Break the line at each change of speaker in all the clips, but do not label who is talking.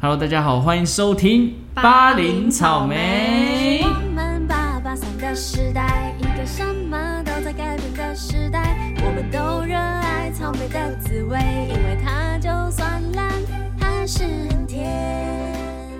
Hello，大家好，欢迎收听
巴林草莓
我们八八三的时代，一个什么都在改变的时代。我们都热爱草莓的滋味，因为它就算烂，还是很甜。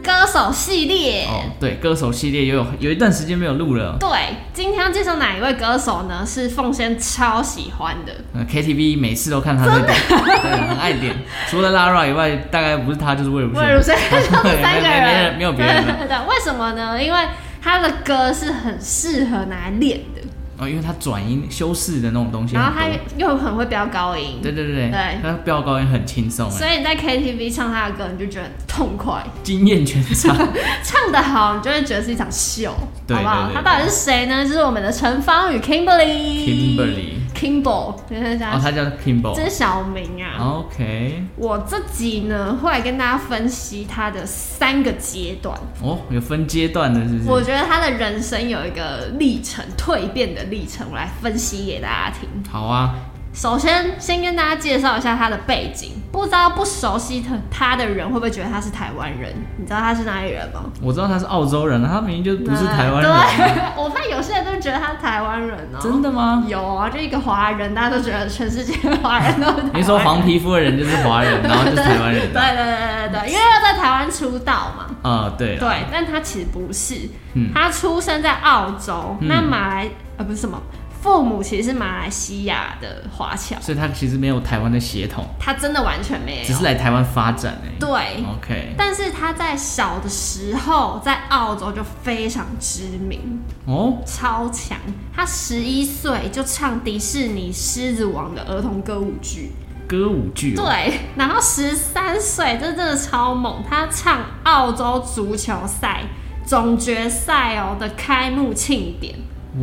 歌手系列。
哦，对，歌手系列也有有一段时间没有录了。
对，今天要介绍哪一位歌手呢？是凤仙超喜欢的，
呃 KTV 每次都看他在点，对，很爱 点。除了 Lara 以外，大概不是他就是魏如
魏 如萱，就
对
三个
没
人，
没没有别人了
对对 对，为什么呢？因为他的歌是很适合拿来练的，
哦，因为他转音修饰的那种东西
然后
很
他
多。
又很会飙高音，
对对对
对
他飙高音很轻松，
所
哎，
以你在 KTV 唱他的歌，你就觉得很痛快，
惊艳全 场。
唱得好，你就会觉得是一场秀，
对
好不好
对对？对
他到底是谁呢？就是我们的陈芳与 Kimberly，Kimberly，Kimberly，
Kimberly，
就是
哦，
他，
他叫哦
这
Kimbo。
是小明啊。
OK，
我自己呢，会来跟大家分析他的三个阶段。
哦，有分阶段的，是不
我
是？
觉得他的人生有一个历程蜕变的历程，我来分析给大家听。
好啊，
首先，先跟大家介绍一下他的背景。不知道不熟悉他他的人会不会觉得他是台湾人？你知道他是哪里人吗？
我知道他是澳洲人，啊他明明就不是
啊
台湾人，
对， 我怕有些人都觉得他是台湾人哦、
真的吗？
有啊，就一个华人，大家都觉得全世界的华人都是台湾人
你说黄皮肤的人就是华人，然后就是台湾人
对
啊、
对对对对，因为要在台湾出道嘛。
呃对啦
对，但他其实不是，
嗯
他出生在澳洲，
嗯
那马来呃不是什么，父母其实是马来西亚的华侨，
所以他其实没有台湾的血统，
他真的完全没
只
有
是。来台湾发展而已。
对，
OK，
但是他在小的时候在澳洲就非常知名，
哦，
超强。他十一岁就唱迪士尼《狮子王》的儿童歌舞剧，
歌舞剧、哦，
对，然后十三岁，这真的超猛，他唱澳洲足球赛总决赛哦的开幕庆典，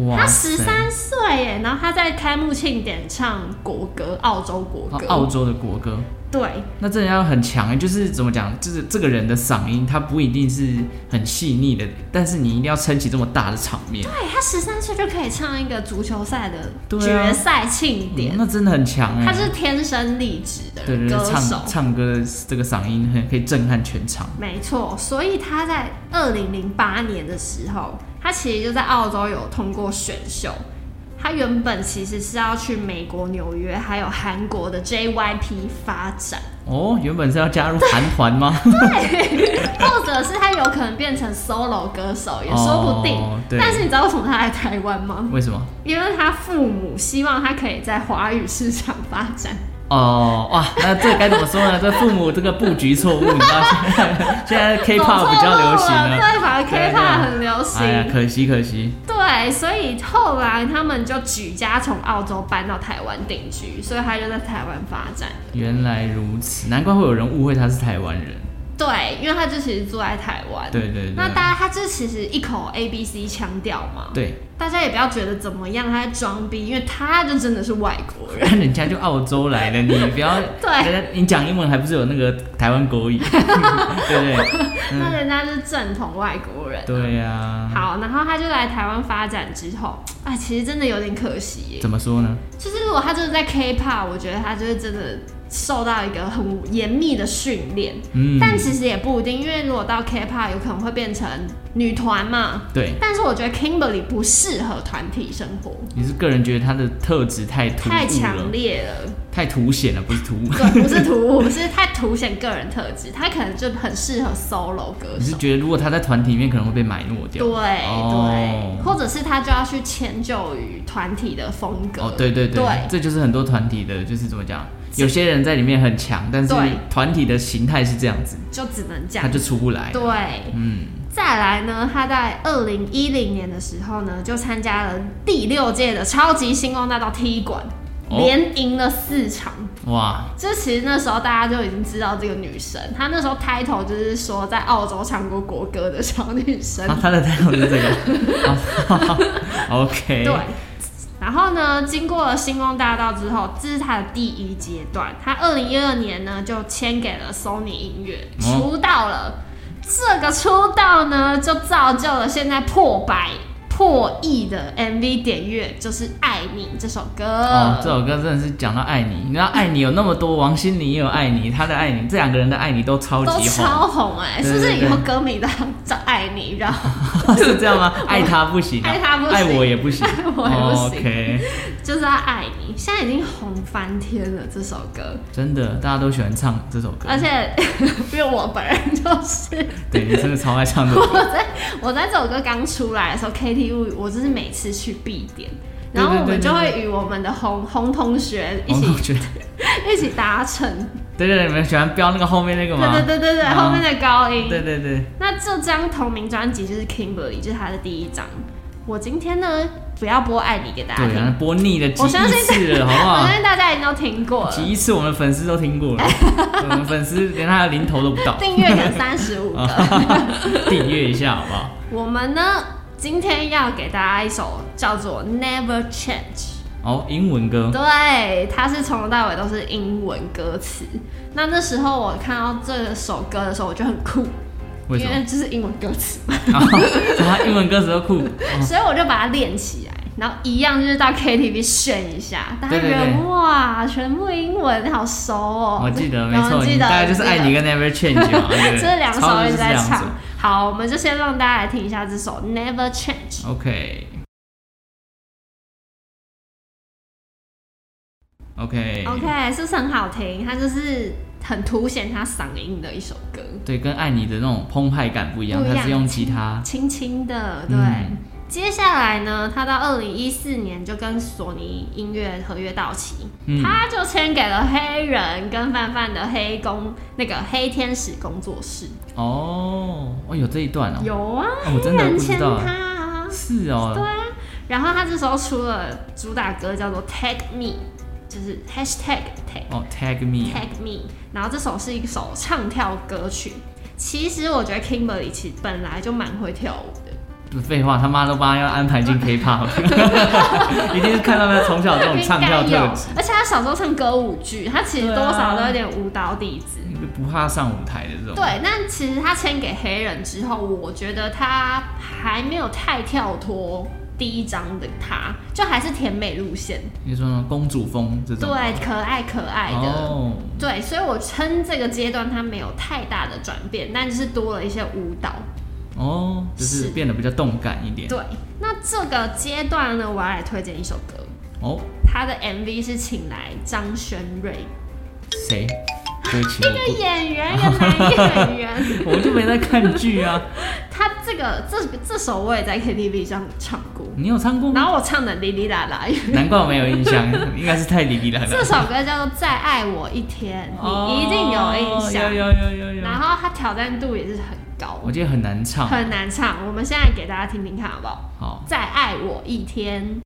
哇
他
塞
十三岁耶，然后他在开幕庆典唱国歌，澳洲国
哦
歌，
澳洲的国歌，
对
那真的要很强欸就是怎么讲，就是这个人的嗓音，他不一定是很细腻的，但是你一定要撑起这么大的场面，
对，哎他十三岁就可以唱一个足球赛的
对啊
决赛庆典，
嗯那真的很强哎、
他是天生丽质的
对对对，
歌手
唱。唱歌的这个嗓音很可以震撼全场，
没错，所以他在二零零八年的时候，他其实就在澳洲有通过选秀。他原本其实是要去美国纽约，还有韩国的 JYP 发展，
哦，原本是要加入韩团吗？
或者是他有可能变成 solo 歌手，也说不定。
哦对
但是你知道为什么他来台湾吗？
为什么？
因为他父母希望他可以在华语市场发展。
哦，哇，那这该怎么说呢？这父母这个布局错误，你知道现在 现在
走错
K-pop
路
比较流行
了，
了，
对，反而
对啊
K-pop 很流行。
哎呀，可惜可惜，
对，所以后来他们就举家从澳洲搬到台湾定居，所以他就在台湾发展。
原来如此，难怪会有人误会他是台湾人。
对，因为他就其实住在台湾。
对对对，
那大家他这其实一口 A B C 腔调嘛，
对，
大家也不要觉得怎么样，他在装逼，因为他就真的是外国人。
但人家就澳洲来的，你不要，
对
人家你讲英文还不是有那个台湾国语， 对不对？
那人家是正统外国
嗯
人。
对呀，
好，然后他就来台湾发展之后，哎，其实真的有点可惜耶。
怎么说呢？
就是如果他真的在 K-pop，我觉得他就是真的受到一个很严密的训练。
嗯，
但其实也不一定，因为如果到 K-pop 有可能会变成女团嘛。
对，
但是我觉得 Kimberly 不适合团体生活，
你是个人觉得他的特质太突
太
兀
强
了，
烈了，
太凸显了，不是突兀。
对，不是突兀， 是太凸显个人特质，她可能就很适合 solo 歌
你是
手。
觉得如果他在团体里面可能会被埋没
对
掉？哦
对，或者是她就要去迁就于团体的风格。
哦，对对对，
对
这就是很多团体的，就是怎么讲，有些人在里面很强，但是
对
团体的形态是这样子，
就只能这
他
样。
就出不来。
对，
嗯，
再来呢，他在二零一零年的时候呢，就参加了第六届的超级星光大道踢馆，
哦
连赢了四场。
哇，
这其实那时候大家就已经知道这个女生，她那时候 title 就是说在澳洲唱过国歌的小女生。
啊，他的态度是这 个啊，OK，
对，然后呢，经过了星光大道之后，这是她的第一阶段。她二零一二年呢就签给了 Sony 音乐，
哦
出道了。这个出道呢，就造就了现在破百破亿的 MV 点阅就是《爱你》这首歌。
哦，这首歌真的是讲到爱你，你知道爱你有那么多，王心凌也有爱你，她的爱你，这两个人的爱你都超
都
级
超
红，
红哎、
对
是不是
对
以
对
后歌迷都要找爱你，然 后
是这样吗？爱她不行啊、
爱她不行
爱我也不行，哦
爱 我也不行
o k
就是要爱你？现在已经红翻天了这首歌，
真的，大家都喜欢唱这首歌，
而且 因为我本人就是
对你真的超爱唱这首歌，
我在我在这首歌刚出来的时候，KTV 我就是每次去必点。然后我
对对对
们
对
就会与我们的红红同学一
我
起
同学，
一起达成，
对对对，你们喜欢飙那个后面那个
对
吗？
对对对对，
嗯
后面的高音。
对对对
那这张同名专辑就是 Kimberly，就是他的第一张。我今天呢，不要播《爱你》给大家
对，啊
听，
然后播腻了几
我相
亿
信
次了，好不
我
好
相？信大家已经都听过
几
了，
亿次我们的粉丝都听过了，我们粉丝连他的零头都不到，
订阅有三十 五
啊
个。
订阅一下好不好？
我们呢，今天要给大家一首叫做《Never Change》。
哦，英文歌，
对，它是从头到尾都是英文歌词。那那时候我看到这首歌的时候，我就很酷，
为什
因
么？
为就是英文歌词嘛，
啊，他英文歌词都酷，哦
所以我就把它练起来。然后一样就是到 KTV 炫一下，大家觉得
对对对
哇，全部英文好熟哦。
我记得
嗯
没错，
记
你
得
大概就是爱你跟 Never Change 嘛，对不对
这两首
差不多
一
就
直
是
在
这样
唱
子。
好，我们就先让大家来听一下这首《Never Change》。
OK。OK。
OK，是不是很好听？它就是很凸显他嗓音的一首歌，
对，跟爱你的那种澎湃感不一样，
不一样
它是用吉他。
轻轻的，对。
嗯
接下来呢，他到二零一四年就跟索尼音乐合约到期，
嗯，
他就签给了黑人跟范范的黑工那个黑天使工作室。
哦，哦，有这一段哦。
有啊，
哦，我真的不
黑人
知
签
道。
他啊。
是哦。
对啊，然后他这时候出了主打歌叫做《Take Me》，就是 Hashtag Take。
哦，Tag Me。
Tag Me，然后这首是一首唱跳歌曲。其实我觉得 Kimberly 其实本来就蛮会跳舞的，
废话，他妈都帮他要安排进 K-pop，一定是看到他从小这种唱跳
应该有
特质，。
而且她小时候唱歌舞剧，她其实
对
多
啊
少都有点舞蹈底子。
一个不怕上舞台的这种。
对，但其实她签给黑人之后，我觉得她还没有太跳脱第一张的她，就还是甜美路线，
你说什么公主风这种？
对，可爱可爱的。
哦，
对，所以我称这个阶段她没有太大的转变，但就是多了一些舞蹈。
哦，就是
是
变得比较动感一点。
对，那这个阶段呢，我要来推荐一首歌，
哦，
他的 MV 是请来张轩瑞，
谁？对呃不起，
一个演员，一个男 演员。
我不我就没在看剧啊。
他这个这这首我也在 KTV 上唱过，
你有唱过
然
吗？
后我唱的哩哩啦啦。因为
难怪我没有印象，应该是太离离了。
这首歌叫做《再爱我一天》，
哦
你一定有印象。
有有有有有。
然后它挑战度也是很高，
我记得很难唱。哦
很难唱。我们现在给大家听听看好不好？
好，
再爱我一天，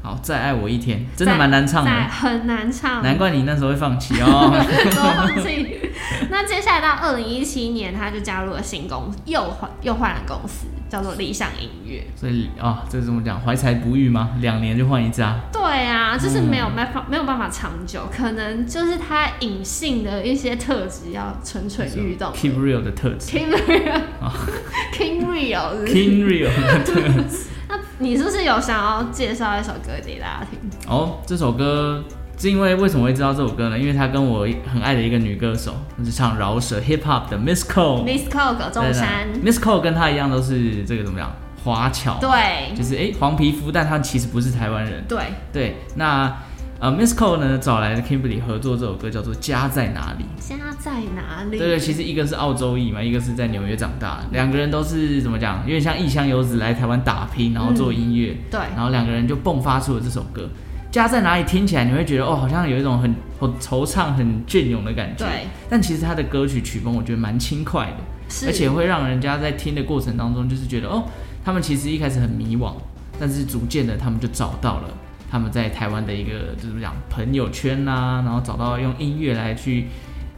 好，再爱我一天，真的蛮难唱
再
的，
很难唱，
难怪你那时候会放弃 哦。
都放弃。 那接下来到二零一七年，他就加入了新公司，又换又换了公司，叫做理想音乐。
所以啊、这是怎么讲？怀才不遇吗？两年就换一次 啊？
对啊，就是没
嗯
有办法，没有办法长久，可能就是他隐性的一些特质要蠢蠢欲动。
Keep Real 的特质
King Real，King Real，是不是
，King Real 的特质。
那你是不是有想要介绍一首歌给大家听？
哦，这首歌是因为为什么会知道这首歌呢？因为它跟我很爱的一个女歌手，就是唱饶舌 hip hop 的 Miss Cole。
Miss Cole 葛仲山，
Miss Cole 跟她一样都是这个怎么讲？华侨，
对
就是诶黄皮肤，但她其实不是台湾人。
对，
对，那呃 Miss Cole 呢找来 Kimberly 合作这首歌叫做《家在哪里》。
家在哪里？
对对，其实一个是澳洲裔嘛，一个是在纽约长大，两个人都是怎么讲，有点像异乡游子来台湾打拼，然后做音乐，
对
然后两个人就迸发出了这首歌。家在哪里？听起来你会觉得哦，好像有一种很很惆怅、很隽永的感觉。
对，
但其实他的歌曲曲风，我觉得蛮轻快的，
是，
而且会让人家在听的过程当中，就是觉得哦，他们其实一开始很迷惘，但是逐渐的他们就找到了他们在台湾的一个就是怎么讲朋友圈啦、然后找到用音乐来去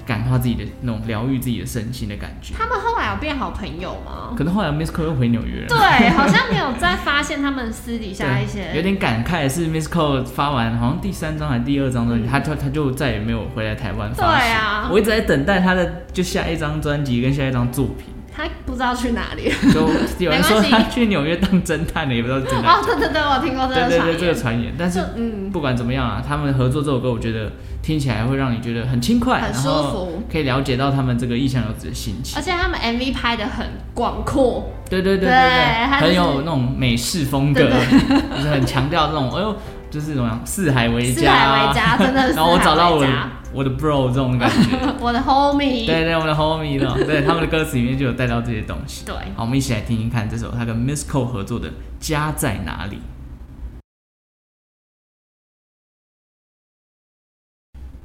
感化自己的那种疗愈自己的身心的感觉。
他们后来有变好朋友 吗？
可能后来 Miss Cole 又回纽约了。
对，好像你有在发现他们私底下
对，
一些
有点感慨的是，Miss Cole 发完好像第三张还是第二张专辑，
嗯
他就他就再也没有回来台湾
对
发行。
啊
我一直在等待他的就下一张专辑跟下一张作品，
他不知道去哪里了。
就有人说
没关系
他去纽约当侦探了，也不知道是 真的
哦，对对对，我听过这
对对对，
个传言。
这个传言，但是
就嗯，
不管怎么样啊，他们合作这首歌，我觉得听起来会让你觉得很轻快，
很
然
舒
后
服
可以了解到他们这个意向游子的心情
而。且他们 MV 拍的很广阔，
对对对
呃对
对，
他就
很
是
有那种美式风格，
对
就是很强调那种，哎呦，就是怎么样，四海为家啊，
四海为家真的 是
然后我找到我的
四海为家
我的 bro 这种感 觉，
我的 homie，
嗯对对，我的 homie 呢，对他们的歌词里面就有带到这些东西。
对
好，我们一起来听听看这首他跟 Miss Cole 合作的《家在哪里》。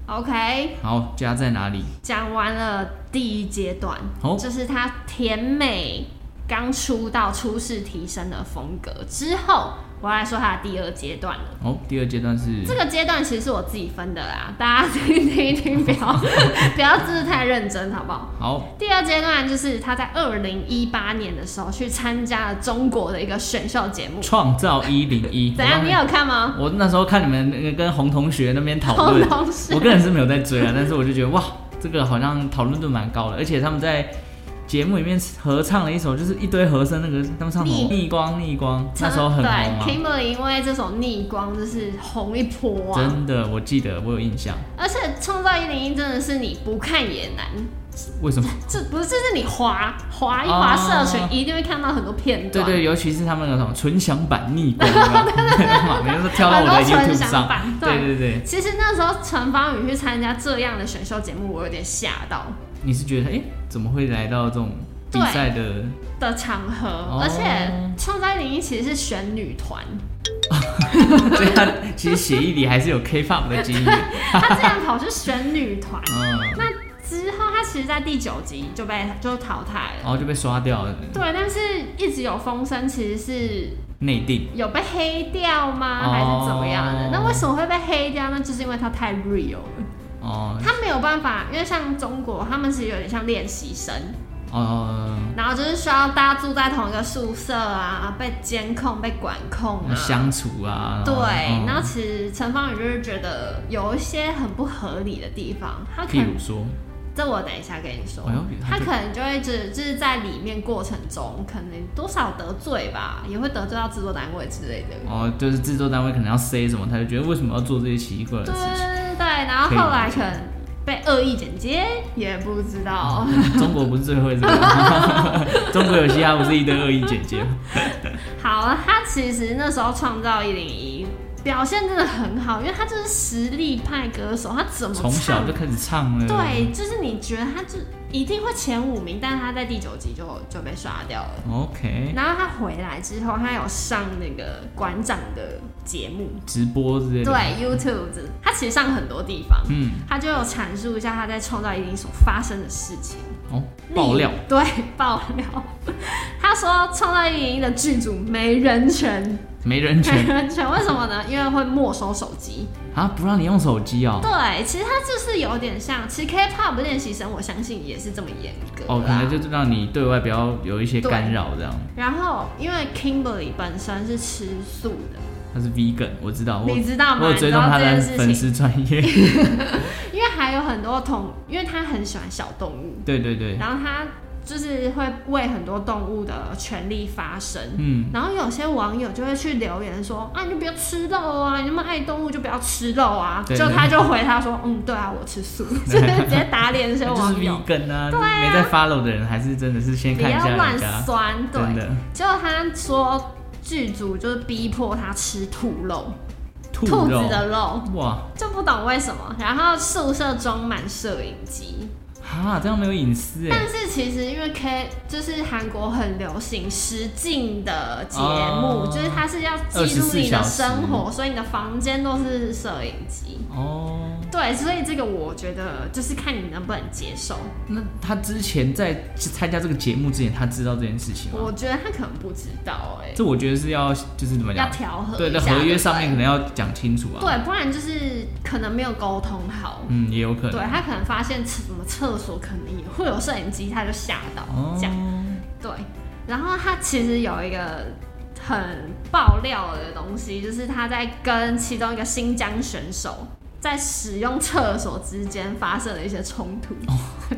OK，
好，家在哪里？
讲完了第一阶段，
哦
就是他甜美刚出道初试提升的风格之后，我要来说他的第二阶段了。
哦，第二阶段是
这个阶段其实是我自己分的啦，大家听听听，不要 不要就是太认真，好不好？
好，
第二阶段就是他在二零一八年的时候去参加了中国的一个选秀节目，
创造一零一。
怎样？
我
你有看吗？
我那时候看你们那个跟洪同学那边讨
红
论，
同事
我个人是没有在追啊，但是我就觉得哇，这个好像讨论度蛮高的，而且他们在节目里面合唱了一首，就是一堆和声，那个他们唱什么
逆
逆光逆光，那时候很红
对
啊，
，Kimberly 因为这首《逆光》就是红一波啊，
真的，我记得我有印象，
而且《创造一零一》真的是你不看也难，
为什么？
这不是这是你滑滑一滑社群、
哦
一定会看到很多片
对
段，
对，尤其是他们那种纯享版逆 光， 嘛，每个都跳到我的
很多纯
YouTube
享
上
版，
对对
对
对，
其实那时候陈芳宇去参加这样的选秀节目，我有点吓到
你是觉得哎、诶怎么会来到这种比
对
赛的？
的场合，
哦
而且《创造一零一》其实是选女团，
所以他其实协议里还是有 K-pop 的基 因，，
他这样跑去选女团
嗯，
那之后他其实，在第九集就被就淘汰
然
了。
后哦就被刷掉了，
对，但是一直有风声，其实是
内定。
有被黑掉吗？
哦
还是怎么样的？那为什么会被黑掉？那就是因为他太 real 了，
哦
他没有办法，因为像中国，他们是有点像练习生，
哦，
然后就是需要大家住在同一个宿舍啊，被监控、被管控啊。
哦相处啊，
对，
嗯
然后其实陈芳宇就是觉得有一些很不合理的地方，他可
譬
能
如说，
这我等一下跟你说
哎呦，
他可能就会只就是在里面过程中，可能多少得罪吧，也会得罪到制作单位之类的。
哦，就是制作单位可能要 say 什么，他就觉得为什么要做这些奇怪的
对
事情？
对对，然后后来可能被恶意剪接，也不知道。
中国不是最 会这个吗，中国有嘻哈不是一堆恶意姐姐 吗？
好，啊他其实那时候创造一零一表现真的很好，因为他就是实力派歌手，他怎么
从
唱
小就？嗯开始唱了，，
对，就是你觉得他就一定会前五名，但是他在第九集就就被刷掉了。
，OK，
然后他回来之后，他有上那个馆长的节目，
直播之类
对
的，，
YouTube，这他其实上很多地方，
嗯，
他就有阐述一下他在创造一零所发生的事情。
哦，爆料
例， 对爆料， 他说《创造一零一》的剧组没人权，
没人
没
权
人权，为什么呢？因为会没收手机。
啊，不让你用手机哦，
对，其实他就是有点像，其实 K-pop 练习生，我相信也是这么严格
哦，可
啦
能就是让你对外不要有一些
对
干扰这样。
然后，因为 Kimberly 本身是吃素的，
他是 vegan，我知道，我
你知道吗
我有追踪他的
你知道这件事情
粉丝专业，
因为还有很多同，因为他很喜欢小动物，
对对对，
然后他就是会为很多动物的权利发声。
嗯，
然后有些网友就会去留言说：“啊，你就不要吃肉啊，你那么爱动物就不要吃肉啊。”
对
就
对
他就回他说：“嗯，对啊，我吃素。” 就是直接打脸哦那些
他就是
网友，
vegan 啊，没在 follow 的人还是真的是先
不
看一
要
下
乱
人家，
酸。对
真，的
结果他说剧组就是逼迫他吃兔肉，
兔
兔
肉
子的肉，
哇
就不懂为什么。然后宿舍装满摄影机，
哈，这样没有隐私哎
但，是其实因为 K 就是韩国很流行实境的节目，
哦
就是它是要记录你
24小
的
时
生活，所以你的房间都是摄影机。
哦，
对，所以这个我觉得就是看你能不能接受。
那他之前在参加这个节目之前，他知道这件事情吗
我？觉得他可能不知道、
这我觉得是要就是怎么
哎，要
讲，
调和
对
一
在
下
合约
不
上面可能要讲清楚啊，
对，不然就是可能没有沟通好。
嗯，也有可
对
能，
他可能发现厕什么厕所可能也会有摄影机，他就吓到、
哦
这样。对，然后他其实有一个很爆料的东西，就是他在跟其中一个新疆选手在使用厕所之间发生了一些冲突，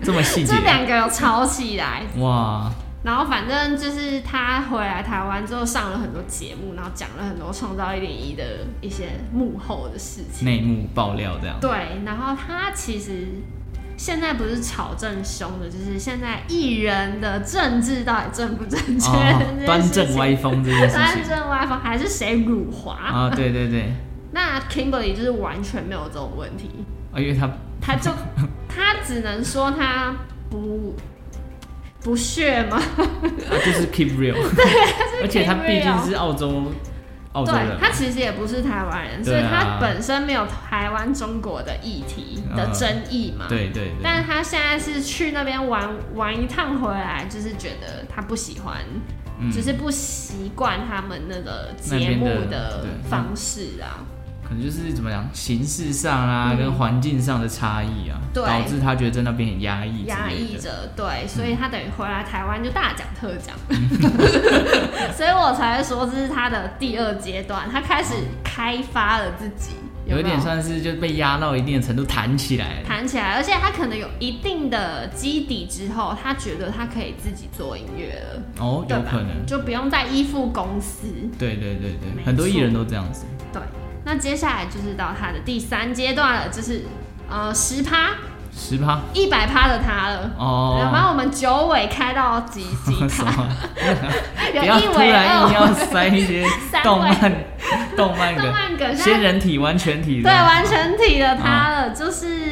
这么哦细节
这，两个有吵起来，
哇，
然后反正就是他回来台湾之后上了很多节目，然后讲了很多创造一零一的一些幕后的事情。
内幕爆料 这样，
对，然后他其实现在不是吵正凶的，就是现在艺人的政治到底正不正确、
哦，端正
歪，
歪风这件事
端
情
正歪风还是谁辱华？
啊，对对对，
那 Kimberly 就是完全没有这种问题，
啊，因为他
他 就他只能说他不不屑嘛，
啊就是 keep real，而 且他毕竟是澳洲澳洲
对
人
他其实也不是台湾人，所以
哦对啊
他本身没有台湾中国的议题的
嗯
争议嘛。
嘛，对对对，
但他现在是去那边玩玩一趟回来，就是觉得他不喜欢，
嗯
就是不习惯他们那个
那
节
边
目
的
的
对那
方式啊。
可能就是怎么讲，形式上啊，
嗯
跟环境上的差异啊，
对
导致他觉得在那边很压嗯抑之类的，嗯
压抑着，对，所以他等于回来台湾就大讲特讲， 所以我才会说这是他的第二阶段，他开始开发了自己，
有
有
一
没有
点算是就被压到一定的程度弹起来了，
弹起来，而且他可能有一定的基底之后，他觉得他可以自己做音乐了，
哦，
对
有
吧
可能，
就不用再依附公司。
对对对对，
没
很多艺
错
人都这样子，
对，那接下来就是到他的第三阶段了，就是呃十趴、
十趴
一百趴的他了。
哦，
然后我们九尾开到几几
什
趴？
么？
有
不要
一
突
尾、
然硬
二
要塞一些
三位
动漫动漫
尾、动
梗，
漫梗，
仙
现在
人体完全体
对
这样
完全体的他了，就是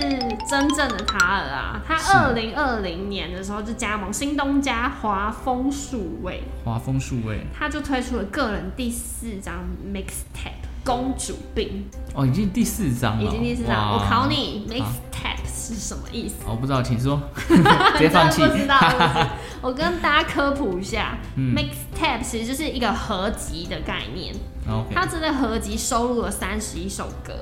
真正的他了啊！他
哦是
二零二零年的时候就加盟新东家华丰数位，
华丰数位
他就推出了个人第四张 mixtape《公主病
哦，已经第四章》，了，
已经第四张。
哇
我考，你，mixtape 是什么意思？
我不知道，请 说，直接放弃
真的不知道 是不是我跟大家科普一下、
嗯
m i x t a p e 其实就是一个合集的概念。
，OK，
它这个合集收录了三十一首歌，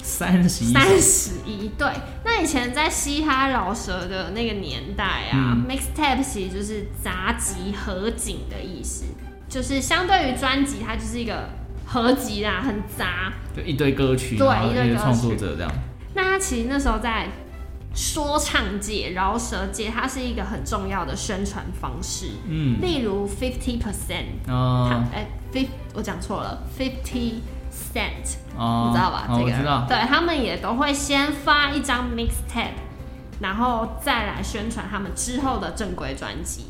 三十一首，
三十一对。那以前在嘻哈饶舌的那个年代啊、
嗯
m i x t a p e 其实就是杂集合景的意思，就是相对于专辑，它就是一个合集啦，很杂。
就一堆歌曲，
对
然后
一堆歌曲
个创作者这样，
那他其实那时候在说唱界、饶舌界，它是一个很重要的宣传方式。
嗯，
例如 fifty percent，
哦
哎 f i 我讲错了，fifty cent，、
哦，
你知道吧？
哦
这
我
个
知道，
对他们也都会先发一张 mixtape，然后再来宣传他们之后的正规专辑。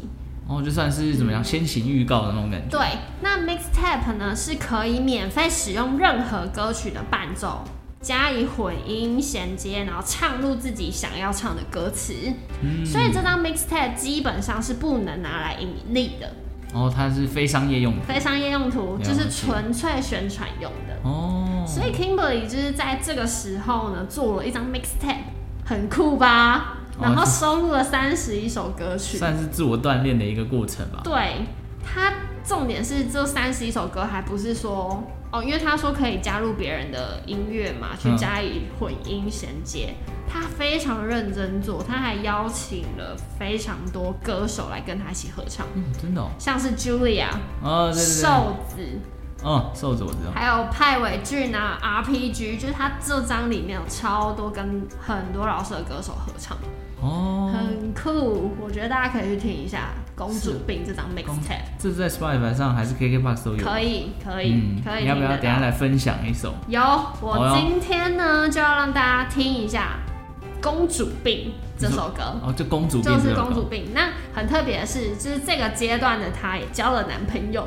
哦，就算是怎么样，先行预告的那种感觉，
对，那 mixtape 呢是可以免费使用任何歌曲的伴奏，加以混音衔接，然后唱入自己想要唱的歌词。
嗯
所以这张 mixtape 基本上是不能拿来盈利的，
哦，它是非商业用的，
非商业用途
了解
就是纯粹宣传用的。
哦，
所以 Kimberly 就是在这个时候呢，做了一张 mixtape，很酷吧？
哦
然后收录了三十一首歌曲。
算是自我锻炼的一个过程吧，
对，他重点是这三十一首歌还不是说哦，因为他说可以加入别人的音乐嘛，去
嗯
加以混音衔接。他非常认真做，他还邀请了非常多歌手来跟他一起合唱，
嗯，真的哦，
像是 Julia、
哦，对对对，
瘦子。
哦，瘦子我知道，
还有派伟俊啊，RPG，就是他这张里面有超多跟很多老舍歌手合唱，
哦，
很酷。我觉得大家可以去听一下《公主病》这张 mixtape，
这是在 Spotify 上还是 KKBox 都有？
可以，可以，可
嗯
以。
你要不要
听得到
等一下来分享一首？
有，
好
我
哟
今天呢就要让大家听一下《公主病》这首歌。
哦，就公主病
就
这
是
首
公主
歌
病，那很特别的是，就是这个阶段的她也交了男朋友，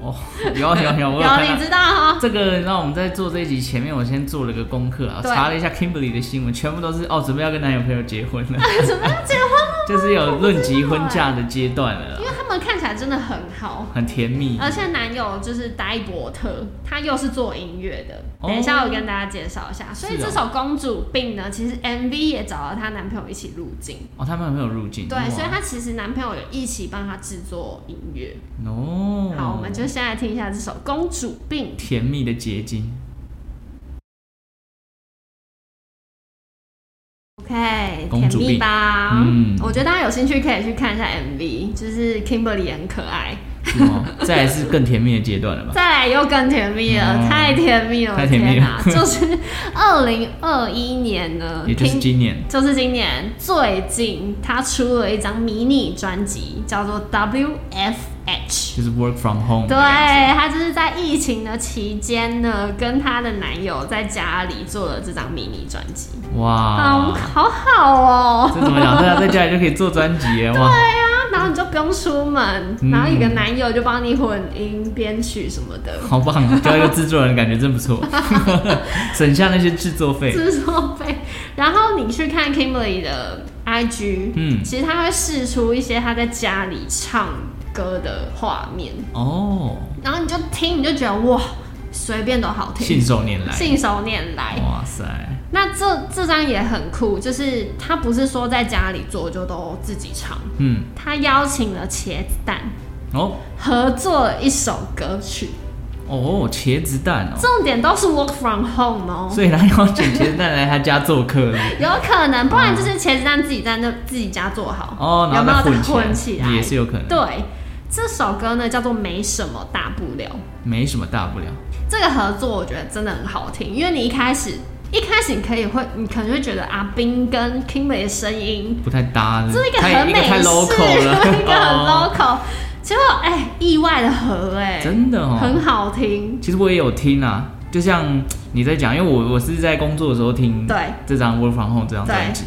哦，有有有，我有
有
看
你
到。
知道哦哈、
这个让我们在做这一集前面，我先做了个功课啊，
对
查了一下 Kimberly 的新闻，全部都是哦，准备要跟男友朋友结婚了，
怎么样结婚？
就是有论及婚嫁的阶段了
因
啦，
为他们看起来真的很好，
很甜蜜。
而且男友就是呆伯特，他又是做音乐的。
哦
等一下我跟大家介绍一下。所以
是哦
这首《公主病》呢，其实 MV 也找了她男朋友一起入镜。
哦，他们有没有入境？
对
哇，
所以她其实男朋友有一起帮她制作音乐。
哦，
好，我们就先来听一下这首《公主病》。
甜蜜的结晶。
OK，
公
甜
主病
蜜吧。
嗯
我觉得大家有兴趣可以去看一下 MV，就是 Kimberly 也很可爱。
是 吗？再来是更甜蜜的阶段了吧？
再来又更甜蜜了，
嗯
太甜蜜了，
太甜蜜了
天哪！ 就是二零二一年呢，
也就是
听
今年，
就是今年最近他出了一张迷你专辑，叫做 WFH。
就是 work from home。
对，她就是在疫情的期间呢，跟她的男友在家里做了这张迷你专辑，
哇
啊，，好好哦。
这怎么讲？大家在家里就可以做专辑耶哇！
对啊，然后你就不用出门，
嗯
然后有个男友就帮你混音、编曲什么的，
好棒，交一个制作人感觉真不错， 省下那些制作费。
制作费。然后你去看 Kimberly 的 IG，
嗯
其实他会试出一些他在家里唱歌的画面，
哦，
然后你就听，你就觉得哇，随便都好听，
信手拈来，
信手拈来。
哇塞，
那这这张也很酷，就是他不是说在家里做就都自己唱，
嗯，
他邀请了茄子蛋
哦
合作了一首歌曲，
哦，茄子蛋哦，
重点都是 work from home 哦。
所以他邀请茄子蛋来他家做 客了。
有可能，不然就是茄子蛋自己在那自己家做好
哦，
有
然
没
后
有
再
再
混
混
起
起
来
来？
也是有可能，
对，这首歌呢叫做《没什么大不了》，
没什么大不了。
这个合作我觉得真的很好听，因为你一开始一开始你可以会，你可能会觉得阿冰跟 Kimberly 的声音
不太搭，
这是一个
嗯太
很
一个
美
太
式，
local 了，
一个很
哦
local，结果哎、意外的合哎、
真的哦，
很好听，
其实我也有听啊，就像你在讲，因为我我是在工作的时候听
对
这张《Work From Home》这张
对
专辑，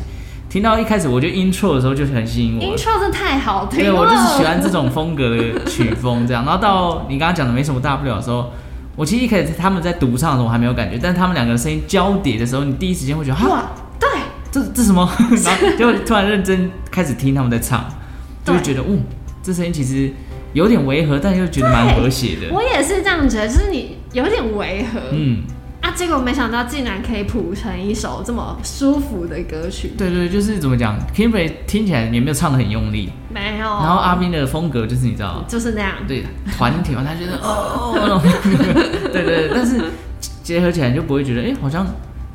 听到一开始我就 intro 的时候就很吸引我了。
intro 真的太好听 哦
对，
了，
我就是喜欢这种风格的曲风，这样。然后到你刚刚讲的没什么大不了的时候，我其实一开始他们在独唱的时候我还没有感觉，但是他们两个的声音交叠的时候，你第一时间会觉得
哇
哈，，
对，
这这什么？ 然后就突然认真开始听他们在唱，就
对
会觉得，嗯，这声音其实有点违和，但又觉得蛮和谐的。
我也是这样觉得，就是你有点违和、
嗯，
啊，结果没想到竟然可以谱成一首这么舒服的歌曲，
对对，就是怎么讲，Kimberly 听起来也没有唱的很用力，
没有，
然后啊阿斌的风格就是你知道，
就是那样，
对团体嘛，他觉得哦，那种 对对，对但是结合起来你就不会觉得，哎，好像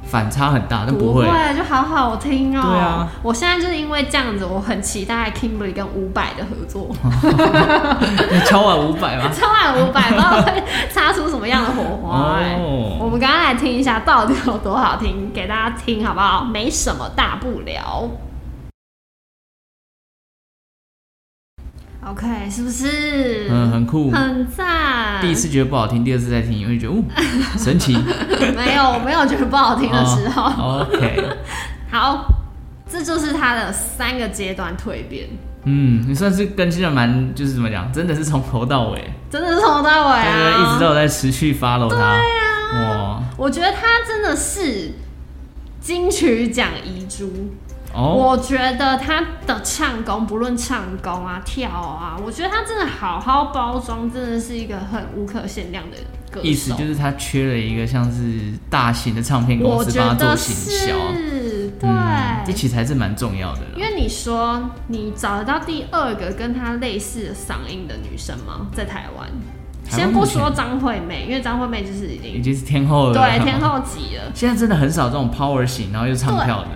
反差很大，但不会，
就好好听哦、
对啊，
我现在就是因为这样子，我很期待 Kimberly 跟伍佰的 合作。
你敲完五百吗？
超满五百，不知道会擦出什么样的火花、哎
哦
我们刚刚来听一下到底有多好听，给大家听好不好？没什么大不了。OK，是不是？
嗯，很酷。
很赞。
第一次觉得不好听，第二次再听，你会觉得，哦，神奇。
没有，我没有觉得不好听的时候。
哦 OK，
好，这就是它的三个阶段蜕变，
嗯，你算是更新的蛮，就是怎么讲，真的是从头到尾，
真的是从头到尾
对对，
啊，
对一直都有在持续 follow 他。哇，
我觉得他真的是金曲奖遗珠。
哦，
我觉得他的唱功，不论唱功啊、跳啊，我觉得他真的好好包装，真的是一个很无可限量的歌手。
意思就是他缺了一个像是大型的唱片公
我
司
觉
帮他做
得
行
是
销。，
对。
嗯，这其实还是蛮重要的
因
啦。
为你说你找得到第二个跟他类似的嗓音的女生吗？在台湾，
台湾
先
目
不
前
说张惠妹，因为张惠妹就是已
已
经
经是天后了，
对天。后级了
现在真的很少这种 power 型，然后又唱跳的，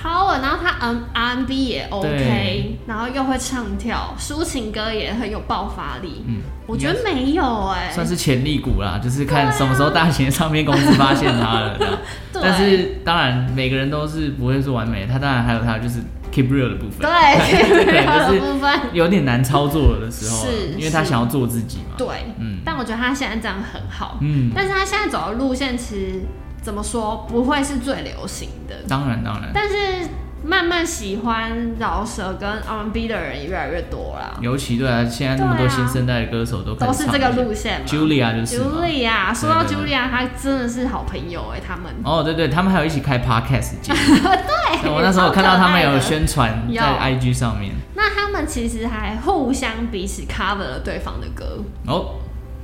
，Power，然后她 R R B 也 OK，
对
然后又会唱跳，抒情歌也很有爆发力。
嗯，
我觉得没有哎、
算是潜力股啦，就是看什么时候大型的唱片公司发现他了这样。
对
但是当然每个人都是不会是完美的，他当然还有他就是 keep real 的部分，
对
对
跳
就是
的部分，
有点难操作的时候啊，
是
因为他
是
想要做自己嘛。
对，
嗯
但我觉得他现在这样很好，
嗯，
但是他现在走的路线其实怎么说不会是最流行的，
当然当然
但是慢慢喜欢饶舌跟 R&B 的人也越来越多啦，
尤其对啊，现在那么多
对啊
新生代的歌手都开
都
始
是
唱
这个
些
路线嘛。
，Julia 就是嘛
Julia，说到
对对对
Julia，她真的是好朋友哎、他们
哦，对对，他们还有一起开 podcast 节目。对我那时候有看到他们有宣传
有
在 IG 上面。
那他们其实还互相彼此 cover 了对方的歌，
哦，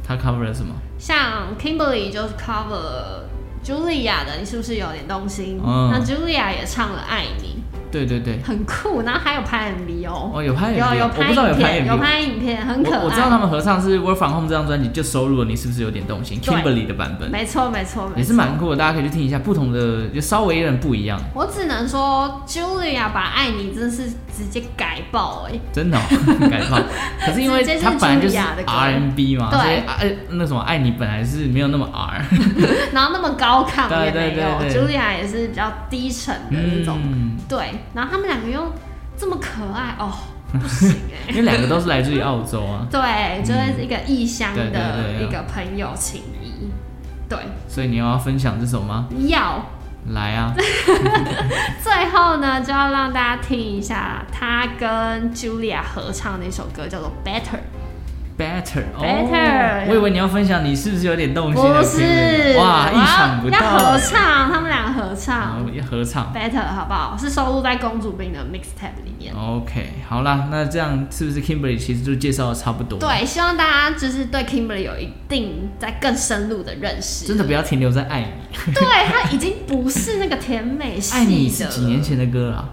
他 cover 了什么？
像 Kimberly 就是 cover Julia 的，你是不是有点动心？
嗯
那 Julia 也唱了《爱你》，
对对对，
很酷。然后还有拍 MV 哦，
哦有拍 MV，
有有
我不
拍
知道有
影
拍
片，
MV，
有拍影片，啊很可爱。
我我知道他们合唱是《Work From Home》这张专辑就收录了，你是不是有点动心
对
？Kimberly 的版本
没错没错，没错
也是蛮酷的，大家可以去听一下，不同的就稍微有点不一样，
我只能说，Julia 把《爱你》真是直接改爆哎、
真的、哦、 感冒。可是因为
直接是
它本来就是
Julia 的歌
R&B 嘛，
对
所以爱那什么爱你本来是没有那么 R，
然后那么高亢也没
对
有
对对对
，Julia 也是比较低沉的那种。
嗯，
对，然后他们两个又这么可爱 哦，不行哎、
因为两个都是来自于澳洲啊，
对，就是一个异乡
对对
的
对
一个朋友情谊。对，
所以你要分享这首吗？
要
来啊，
最后呢，就要让大家听一下他跟 Julia 合唱的一首歌，叫做《Better》。
Better，哦
Better
我以为你要分享，你是不是有点动心的
不
情人？
是，
哇，
我
意想不
要要
到
合，唱，他们俩合唱。
好要合唱。
Better 好不好？是收录在公主病的 mixtape 里
哦
面。
OK，好啦，那这样是不是 Kimberly 其实就介绍的差不多？，
对，希望大家就是对 Kimberly 有一定在更深入的认识。
真的不要停留在爱你，
对她已经不是那个甜美系的。
爱哎你是几年？前的歌啦。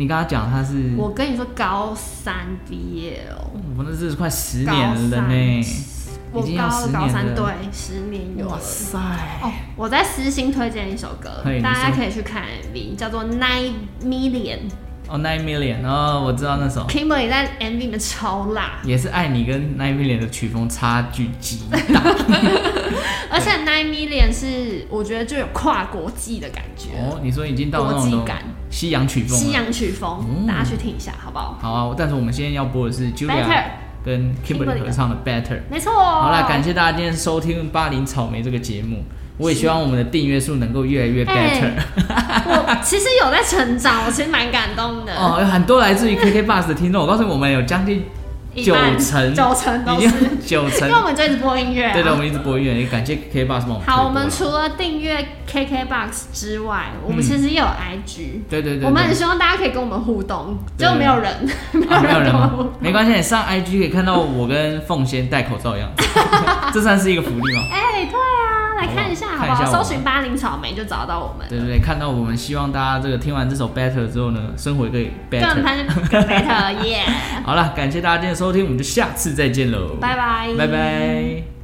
你刚刚讲他是，
我跟你说，高三毕业哦，
我那是快十年了呢，
我
已经要
高
十年了
高三对，十年有
哇
了。
塞，
哦，我在私信推荐一首歌
嘿，
大
你
家
说
可以去看 MV，叫做《Nine Million
哦 Nine Million，哦，我知道那首》。
，Kimberly 在 MV 里面超辣，
也是爱你跟 Nine Million 的曲风差距 极大
而且 Nine Million 是我觉得就有跨国际的感觉。
哦，你说已经到那
国
种
际感
西洋曲风
西
了。
洋曲风，
嗯
大家去听一下，好不好？
好啊，但是我们现在要播的是
Better
Julia 跟
Kimberly 哦
Kimberly 合唱的 Better。
没错。
好
好
啦，感谢大家今天收听《巴黎草莓》这个节目。我也希望我们的订阅数能够越来越
哎
better、
我其实有在成长，我其实蛮感动的。
哦，有很多来自于 KK Bus 的听众，我告诉你，我们有将近
一半
九成
九成
已
都
经
是，因
九成
为，我们就一直播音乐、啊。
对的，我们一直播音乐，也感谢 KK Bus 帮我们推播啦。
好，我们除了订阅 KKBOX 之外，我们其实也有 IG。
对嗯对对对，
我们很希望大家可以跟我们互动，
对
就没有人， 没
啊
有
没有人
跟我们
吗
互动。？
没关系，你上 IG 可以看到我跟凤仙戴口罩一 样，这算是一个福利吗？
哎，对啊，来看一下好不
看
好？
一下我们
搜寻巴林草莓就找到我们，
对对对，看到我们希望大家这个听完这首 Better 之后呢，生活可以
更
Better。
拍 更 better 耶！
好了，感谢大家今天的收听，我们就下次再见喽，
拜拜，
拜拜